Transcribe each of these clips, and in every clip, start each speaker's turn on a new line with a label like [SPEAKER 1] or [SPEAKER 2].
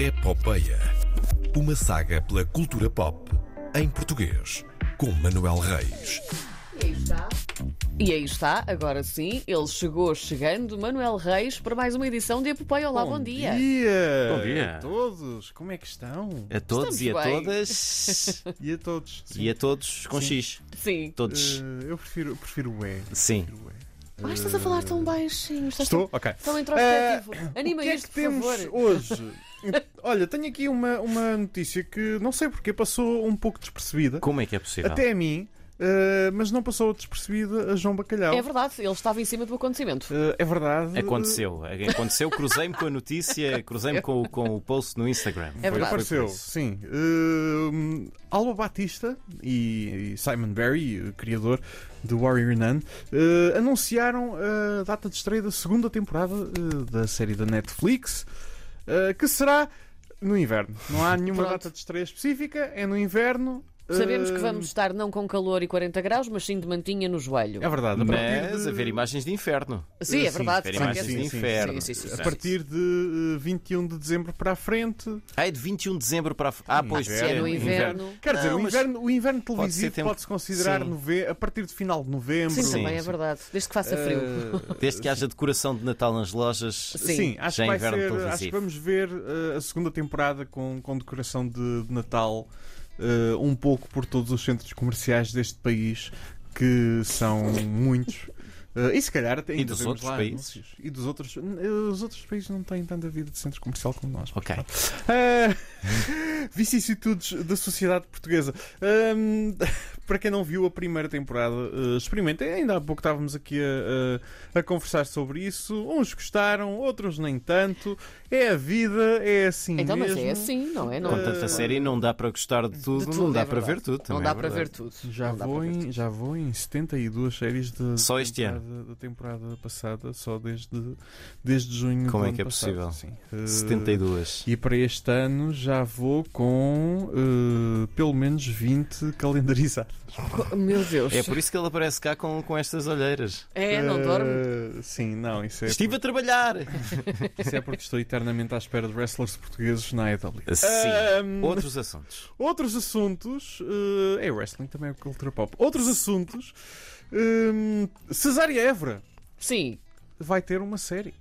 [SPEAKER 1] É Popeia, uma saga pela cultura pop em português, com Manuel Reis.
[SPEAKER 2] E aí está, agora sim, ele chegou chegando, Manuel Reis, para mais uma edição de Epopeia. Olá, bom, dia.
[SPEAKER 3] Bom dia.
[SPEAKER 4] a todos. Como é que estão?
[SPEAKER 3] A
[SPEAKER 2] Estamos
[SPEAKER 3] todos e a
[SPEAKER 2] bem.
[SPEAKER 3] todas.
[SPEAKER 4] E a todos?
[SPEAKER 3] e a todos com X.
[SPEAKER 2] Sim.
[SPEAKER 3] Todos.
[SPEAKER 4] Eh, eu prefiro, eu prefiro o E.
[SPEAKER 3] Sim.
[SPEAKER 4] Prefiro o E.
[SPEAKER 2] Ai, estás a falar tão baixinho, estás
[SPEAKER 4] Estou? Ok.
[SPEAKER 2] tão, tão introspectivo.
[SPEAKER 4] O
[SPEAKER 2] Anima
[SPEAKER 4] que é
[SPEAKER 2] isto,
[SPEAKER 4] que
[SPEAKER 2] por
[SPEAKER 4] temos
[SPEAKER 2] favor.
[SPEAKER 4] hoje? Olha, tenho aqui uma, uma notícia que não sei porque passou um pouco despercebida.
[SPEAKER 3] Como é que é possível?
[SPEAKER 4] Até a mim, eh, mas não passou despercebida a João Bacalhau.
[SPEAKER 2] É verdade, ele estava em cima do acontecimento.
[SPEAKER 4] Eh, é verdade.
[SPEAKER 3] Aconteceu. Aconteceu, cruzei-me com a notícia, cruzei-me com, o- com o post no Instagram.
[SPEAKER 2] É
[SPEAKER 4] Foi,
[SPEAKER 2] verdade.
[SPEAKER 4] apareceu,
[SPEAKER 3] Foi por isso.
[SPEAKER 4] sim. Hum, Alba Batista e, e Simon Berry, o criador do Warrior Nun, eh, anunciaram a data de estreia da segunda temporada eh, da série da Netflix, eh, que será no inverno. Não há nenhuma
[SPEAKER 2] Pronto.
[SPEAKER 4] data de estreia específica, é no inverno.
[SPEAKER 2] Sabemos que
[SPEAKER 4] Eh,
[SPEAKER 2] vamos estar não com calor e 40 graus, mas sim de mantinha no joelho.
[SPEAKER 4] É verdade. a partir
[SPEAKER 3] Mas
[SPEAKER 4] de-
[SPEAKER 3] a ver imagens de inferno.
[SPEAKER 2] Sim, é
[SPEAKER 4] sim,
[SPEAKER 2] verdade.
[SPEAKER 3] ver
[SPEAKER 2] sim,
[SPEAKER 3] imagens
[SPEAKER 2] sim,
[SPEAKER 3] de
[SPEAKER 2] sim,
[SPEAKER 3] inferno.
[SPEAKER 2] Sim, sim, sim.
[SPEAKER 4] A partir de eh, 21 de dezembro para a frente.
[SPEAKER 3] Ah, é de 21 de dezembro para a. f- Ah, pois
[SPEAKER 2] Se é no inverno.
[SPEAKER 4] Quer dizer,
[SPEAKER 3] Não,
[SPEAKER 4] o
[SPEAKER 3] mas
[SPEAKER 4] inverno, o inverno
[SPEAKER 3] ser
[SPEAKER 4] televisivo
[SPEAKER 3] tempo-
[SPEAKER 4] pode-se considerar
[SPEAKER 3] Sim.
[SPEAKER 4] nove- a partir de final de novembro.
[SPEAKER 2] Sim, também é
[SPEAKER 3] sim.
[SPEAKER 2] verdade. Desde que faça frio.
[SPEAKER 4] Eh,
[SPEAKER 3] Desde que haja decoração de Natal nas lojas.
[SPEAKER 2] Sim.
[SPEAKER 4] sim, acho,
[SPEAKER 3] Já
[SPEAKER 4] que vai
[SPEAKER 3] inverno
[SPEAKER 4] ser,
[SPEAKER 3] televisivo.
[SPEAKER 4] acho que vamos ver eh, a segunda temporada com, com decoração de, de Natal eh, um pouco por todos os centros comerciais deste país, que são muitos. Eh, e se calhar até
[SPEAKER 3] E
[SPEAKER 4] ainda
[SPEAKER 3] dos
[SPEAKER 4] vemos
[SPEAKER 3] outros
[SPEAKER 4] lá
[SPEAKER 3] países?
[SPEAKER 4] anúncios. E dos outros. eh, Os outros países não têm tanta vida de centro comercial como nós.
[SPEAKER 3] Ok.
[SPEAKER 4] Ah, vicissitudes da sociedade portuguesa. Ahm, para quem não viu a primeira temporada, ah, experimentem. Ainda há pouco estávamos aqui a, a- a conversar sobre isso. Uns gostaram, outros nem tanto. É a vida, é assim
[SPEAKER 2] Então, mas
[SPEAKER 4] mesmo.
[SPEAKER 2] é assim, não é? Não,
[SPEAKER 3] Com tanta série não dá para gostar de tudo,
[SPEAKER 2] De tudo,
[SPEAKER 3] não dá
[SPEAKER 2] é
[SPEAKER 3] para ver
[SPEAKER 2] verdade.
[SPEAKER 3] tudo.
[SPEAKER 2] não
[SPEAKER 3] também
[SPEAKER 2] dá
[SPEAKER 3] é
[SPEAKER 2] para ver
[SPEAKER 3] verdade.
[SPEAKER 2] tudo.
[SPEAKER 4] Já
[SPEAKER 2] Não dá
[SPEAKER 4] vou,
[SPEAKER 2] para ver
[SPEAKER 4] em,
[SPEAKER 2] tudo.
[SPEAKER 4] já vou em 72 séries de
[SPEAKER 3] Só este
[SPEAKER 4] temporada- da temporada passada, só desde, desde junho.
[SPEAKER 3] Como
[SPEAKER 4] do
[SPEAKER 3] é que
[SPEAKER 4] ano
[SPEAKER 3] é
[SPEAKER 4] passado,
[SPEAKER 3] possível?
[SPEAKER 4] sim. Ah,
[SPEAKER 3] 72.
[SPEAKER 4] E para este ano já vou com eh, pelo menos 20 calendarizados.
[SPEAKER 2] Oh, Meu Deus.
[SPEAKER 3] É por isso que ele aparece cá com, com estas olheiras.
[SPEAKER 2] É, não dorme.
[SPEAKER 4] Eh, sim, não, isso é,
[SPEAKER 3] Estive a trabalhar!
[SPEAKER 4] por- isso é porque estou eternamente à espera de wrestlers portugueses na AEW.
[SPEAKER 3] Eh, Sim.
[SPEAKER 4] Ahm,
[SPEAKER 3] Outros assuntos.
[SPEAKER 4] Outros assuntos. eh, é wrestling também, é cultura pop. Outros assuntos. hum, Cesária Évora
[SPEAKER 2] Sim.
[SPEAKER 4] vai ter uma série.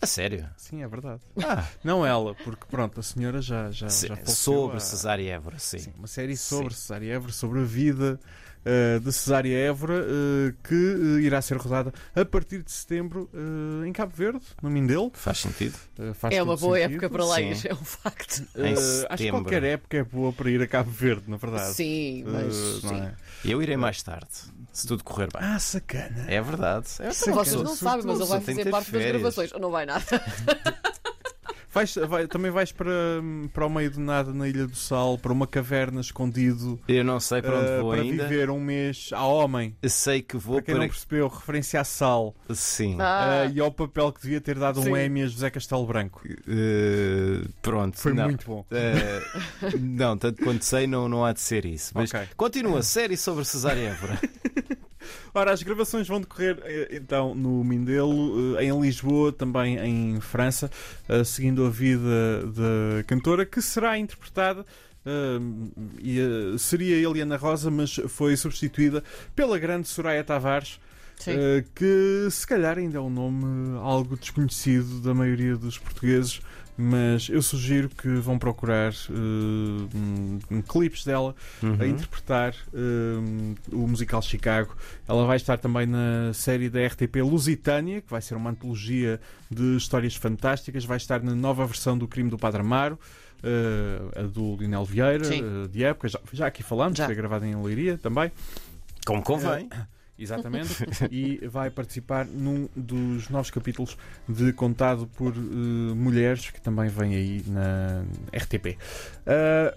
[SPEAKER 3] A sério?
[SPEAKER 4] Sim, é verdade.
[SPEAKER 3] Ah,
[SPEAKER 4] Não ela, porque pronto, a senhora já. já,
[SPEAKER 3] se-
[SPEAKER 4] já faleceu
[SPEAKER 3] sobre
[SPEAKER 4] há-
[SPEAKER 3] Cesária Évora, sim.
[SPEAKER 4] Sim, uma série sobre
[SPEAKER 3] Sim.
[SPEAKER 4] Cesária Évora, sobre a vida eh, de Cesária Évora, eh, que eh, irá ser rodada a partir de setembro eh, em Cabo Verde, no Mindelo.
[SPEAKER 3] Faz sentido.
[SPEAKER 4] Eh, faz
[SPEAKER 2] É
[SPEAKER 4] todo
[SPEAKER 2] uma boa
[SPEAKER 4] sentido.
[SPEAKER 2] época para lá
[SPEAKER 3] Sim.
[SPEAKER 2] ir, é um facto.
[SPEAKER 4] Eh,
[SPEAKER 3] Em
[SPEAKER 4] acho que
[SPEAKER 3] setembro.
[SPEAKER 4] qualquer época é boa para ir a Cabo Verde, na verdade.
[SPEAKER 2] Sim,
[SPEAKER 4] Eh,
[SPEAKER 2] mas.
[SPEAKER 4] não
[SPEAKER 2] sim.
[SPEAKER 4] é?
[SPEAKER 3] Eu irei mais tarde, se tudo correr bem.
[SPEAKER 4] Ah, sacana.
[SPEAKER 3] É verdade. É
[SPEAKER 2] Então, vocês não
[SPEAKER 4] Assunto-
[SPEAKER 2] sabem, mas ele vai
[SPEAKER 3] assunto tem
[SPEAKER 2] fazer
[SPEAKER 3] que ter
[SPEAKER 2] parte das
[SPEAKER 3] férias.
[SPEAKER 2] gravações. Ou não vai nada.
[SPEAKER 4] Vais- vai- também vais para, hum, para o meio do nada na Ilha do Sal, para uma caverna escondido.
[SPEAKER 3] Eu não sei É para onde
[SPEAKER 4] eh,
[SPEAKER 3] vou
[SPEAKER 4] para
[SPEAKER 3] ainda.
[SPEAKER 4] viver um mês a homem.
[SPEAKER 3] Sei que vou
[SPEAKER 4] Para quem
[SPEAKER 3] para.
[SPEAKER 4] não percebeu, referência a sal.
[SPEAKER 3] Sim.
[SPEAKER 2] Ah,
[SPEAKER 4] Eh, e ao papel que devia ter dado
[SPEAKER 2] Sim.
[SPEAKER 4] um Emmy a José Castelo Branco.
[SPEAKER 3] Eh, pronto.
[SPEAKER 4] Foi
[SPEAKER 3] não.
[SPEAKER 4] muito bom.
[SPEAKER 3] Eh, não, tanto quanto sei, não, não há de ser isso. Mas
[SPEAKER 4] Ok.
[SPEAKER 3] continua, série sobre Cesária Évora.
[SPEAKER 4] Ora, as gravações vão decorrer eh, então no Mindelo, eh, em Lisboa, também em França, eh, seguindo a vida da cantora, que será interpretada. eh, e, eh, seria Eliana Rosa, mas foi substituída pela grande Soraya Tavares,
[SPEAKER 2] sim.
[SPEAKER 4] eh, que se calhar ainda é um nome algo desconhecido da maioria dos portugueses, mas eu sugiro que vão procurar eh, hum, clipes dela a
[SPEAKER 3] Uhum.
[SPEAKER 4] interpretar hum, o musical Chicago. Ela vai estar também na série da RTP Lusitânia, que vai ser uma antologia de histórias fantásticas. Vai estar na nova versão do Crime do Padre Amaro, eh, a do Linel Vieira,
[SPEAKER 2] Sim.
[SPEAKER 4] eh, de época, já, já aqui falamos,
[SPEAKER 2] Já.
[SPEAKER 4] foi gravada em Leiria também.
[SPEAKER 3] Como convém.
[SPEAKER 4] Exatamente, e vai participar num dos novos capítulos de Contado por eh, Mulheres, que também vem aí na RTP. Ah,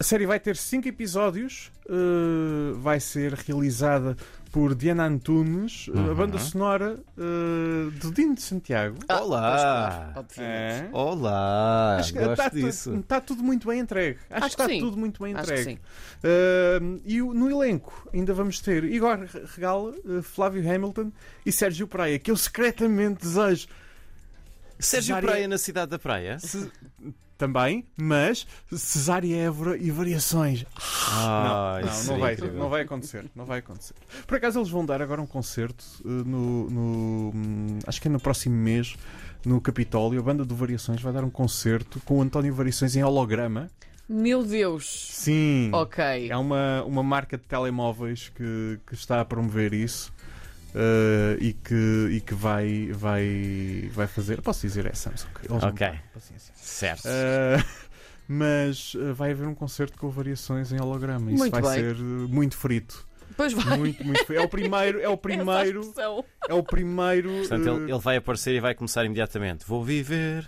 [SPEAKER 4] a série vai ter cinco episódios, eh, vai ser realizada por Diana Antunes, eh, a
[SPEAKER 3] Uhum.
[SPEAKER 4] banda sonora eh, do Dino de Santiago.
[SPEAKER 2] Ah, pois,
[SPEAKER 3] Olá!
[SPEAKER 2] claro, obviamente.
[SPEAKER 4] É.
[SPEAKER 3] Olá!
[SPEAKER 4] Acho que
[SPEAKER 3] Ah, Gosto
[SPEAKER 4] está
[SPEAKER 3] disso.
[SPEAKER 4] tudo, tá tudo muito bem entregue. Acho,
[SPEAKER 2] Acho
[SPEAKER 4] que está
[SPEAKER 2] que sim.
[SPEAKER 4] tudo muito bem
[SPEAKER 2] Acho que sim.
[SPEAKER 4] entregue. Um, e o- no elenco ainda vamos ter Igor eh, Regal, uh, Flávio Hamilton e Sérgio Praia, que eu secretamente desejo
[SPEAKER 3] Sérgio
[SPEAKER 4] Cesária-
[SPEAKER 3] Praia na Cidade da Praia?
[SPEAKER 4] Ce- Também, mas Cesária Évora e variações.
[SPEAKER 3] Ah,
[SPEAKER 4] Não,
[SPEAKER 3] isso
[SPEAKER 4] não
[SPEAKER 3] seria
[SPEAKER 4] vai,
[SPEAKER 3] incrível.
[SPEAKER 4] não vai acontecer, não vai acontecer. Por acaso eles vão dar agora um concerto eh, no, no, hum, acho que é no próximo mês no Capitólio. A banda do Variações vai dar um concerto com o António Variações em holograma.
[SPEAKER 2] Meu Deus.
[SPEAKER 4] Sim.
[SPEAKER 2] Ok.
[SPEAKER 4] É uma, uma marca de telemóveis que, que está a promover isso. eh, e que, e que vai, vai, vai fazer. Posso dizer, é Samsung. Eles não
[SPEAKER 3] Ok.
[SPEAKER 4] dão Paciência.
[SPEAKER 3] Certo.
[SPEAKER 4] Uh, mas uh, vai haver um concerto com variações em holograma. Isso
[SPEAKER 2] Muito
[SPEAKER 4] vai
[SPEAKER 2] bem.
[SPEAKER 4] ser uh, muito frito.
[SPEAKER 2] Pois vai.
[SPEAKER 4] Muito, muito frito. É o primeiro, é o primeiro,
[SPEAKER 2] Essa expressão.
[SPEAKER 4] é o primeiro,
[SPEAKER 3] Portanto, ele,
[SPEAKER 4] uh,
[SPEAKER 3] ele vai aparecer e vai começar imediatamente. Vou viver.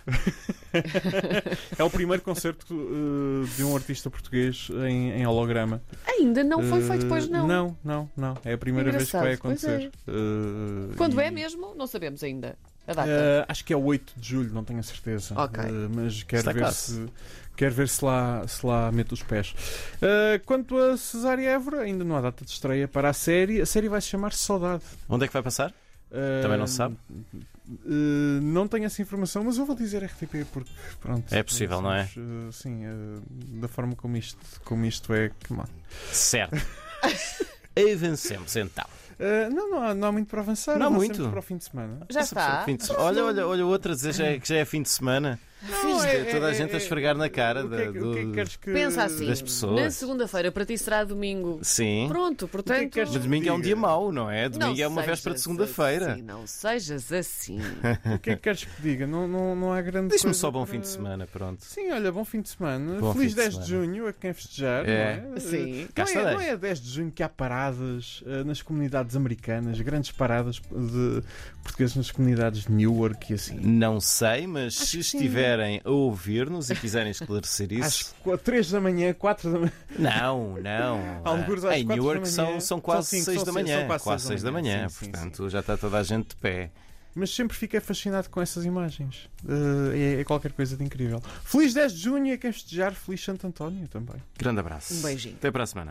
[SPEAKER 4] é o primeiro concerto uh, de um artista português em, em holograma.
[SPEAKER 2] Ainda não foi feito, pois
[SPEAKER 4] Uh,
[SPEAKER 2] não.
[SPEAKER 4] Não, não, não. É a primeira vez que vai
[SPEAKER 2] Engraçado, pois é.
[SPEAKER 4] acontecer. Uh,
[SPEAKER 2] Quando
[SPEAKER 4] e-
[SPEAKER 2] é mesmo, não sabemos ainda a data.
[SPEAKER 4] Uh, acho que é 8 de julho, não tenho a certeza.
[SPEAKER 2] Ok.
[SPEAKER 4] Uh, mas quero
[SPEAKER 3] Está
[SPEAKER 4] ver
[SPEAKER 3] quase.
[SPEAKER 4] se quero ver se lá, se lá meto os pés. Uh, quanto a Cesária Évora, ainda não há data de estreia para a série. A série vai se chamar Saudade.
[SPEAKER 3] Onde é que vai passar?
[SPEAKER 4] Uh,
[SPEAKER 3] Também não se sabe?
[SPEAKER 4] uh, não tenho essa informação, mas eu vou dizer RTP porque pronto.
[SPEAKER 3] É possível, não é?
[SPEAKER 4] somos, uh, sim, uh, da forma como isto, como isto é. que mal.
[SPEAKER 3] Certo. Avancemos então.
[SPEAKER 4] Uh, não, não há, não há muito para avançar.
[SPEAKER 3] Não há
[SPEAKER 4] avancemos
[SPEAKER 3] muito.
[SPEAKER 4] para o fim de semana.
[SPEAKER 2] Já
[SPEAKER 3] Essa pessoa,
[SPEAKER 2] está.
[SPEAKER 3] fim de se- Olha, olha, olha, outra dizer já é- que já é fim de semana. Fiz
[SPEAKER 4] é-
[SPEAKER 3] de- toda a
[SPEAKER 4] é-
[SPEAKER 3] gente a
[SPEAKER 4] é-
[SPEAKER 3] esfregar na cara
[SPEAKER 4] o que é
[SPEAKER 3] da-
[SPEAKER 4] que- o que é que
[SPEAKER 3] do-
[SPEAKER 4] queres que-
[SPEAKER 2] Pensa assim.
[SPEAKER 3] das
[SPEAKER 2] Na
[SPEAKER 3] pessoas.
[SPEAKER 2] segunda-feira, para ti será domingo.
[SPEAKER 3] Sim.
[SPEAKER 4] é
[SPEAKER 2] Pronto, portanto.
[SPEAKER 4] queres
[SPEAKER 3] Mas domingo é um dia mau, não é?
[SPEAKER 2] não
[SPEAKER 3] Domingo é uma
[SPEAKER 2] sejas
[SPEAKER 3] véspera de segunda-feira.
[SPEAKER 2] assim, não sejas assim.
[SPEAKER 4] O que é que queres que diga? Não, não, não há grande
[SPEAKER 3] Diz-me
[SPEAKER 4] coisa
[SPEAKER 3] só bom
[SPEAKER 4] para-
[SPEAKER 3] fim de semana, pronto.
[SPEAKER 4] Sim, olha, bom fim de semana.
[SPEAKER 3] Bom
[SPEAKER 4] Feliz
[SPEAKER 3] fim de
[SPEAKER 4] 10 de
[SPEAKER 3] semana.
[SPEAKER 4] junho a quem festejar,
[SPEAKER 3] É.
[SPEAKER 4] não é?
[SPEAKER 2] Sim.
[SPEAKER 4] Não
[SPEAKER 3] Cá
[SPEAKER 4] é, não
[SPEAKER 3] estarei.
[SPEAKER 4] é a 10 de junho que há paradas eh, nas comunidades americanas, grandes paradas de portugueses nas comunidades de Newark e assim.
[SPEAKER 3] Não sei, mas se
[SPEAKER 4] que sim.
[SPEAKER 3] estiverem a ouvir-nos e quiserem esclarecer
[SPEAKER 4] Às
[SPEAKER 3] isso.
[SPEAKER 4] 3 da manhã, 4 da manhã.
[SPEAKER 3] Não, não.
[SPEAKER 4] Algures às
[SPEAKER 3] em
[SPEAKER 4] quatro da
[SPEAKER 3] Newark
[SPEAKER 4] manhã.
[SPEAKER 3] são, são quase
[SPEAKER 4] São cinco,
[SPEAKER 3] 6
[SPEAKER 4] são
[SPEAKER 3] da
[SPEAKER 4] seis,
[SPEAKER 3] manhã.
[SPEAKER 4] são quase seis
[SPEAKER 3] seis
[SPEAKER 4] da
[SPEAKER 3] da
[SPEAKER 4] manhã,
[SPEAKER 3] manhã,
[SPEAKER 4] sim, sim,
[SPEAKER 3] portanto já está toda a gente de pé.
[SPEAKER 4] Mas sempre fiquei fascinado com essas imagens. Eh, é, é qualquer coisa de incrível. Feliz 10 de junho a quem festejar. Feliz Santo António também.
[SPEAKER 3] Grande abraço.
[SPEAKER 2] Um beijinho.
[SPEAKER 3] Até para a semana.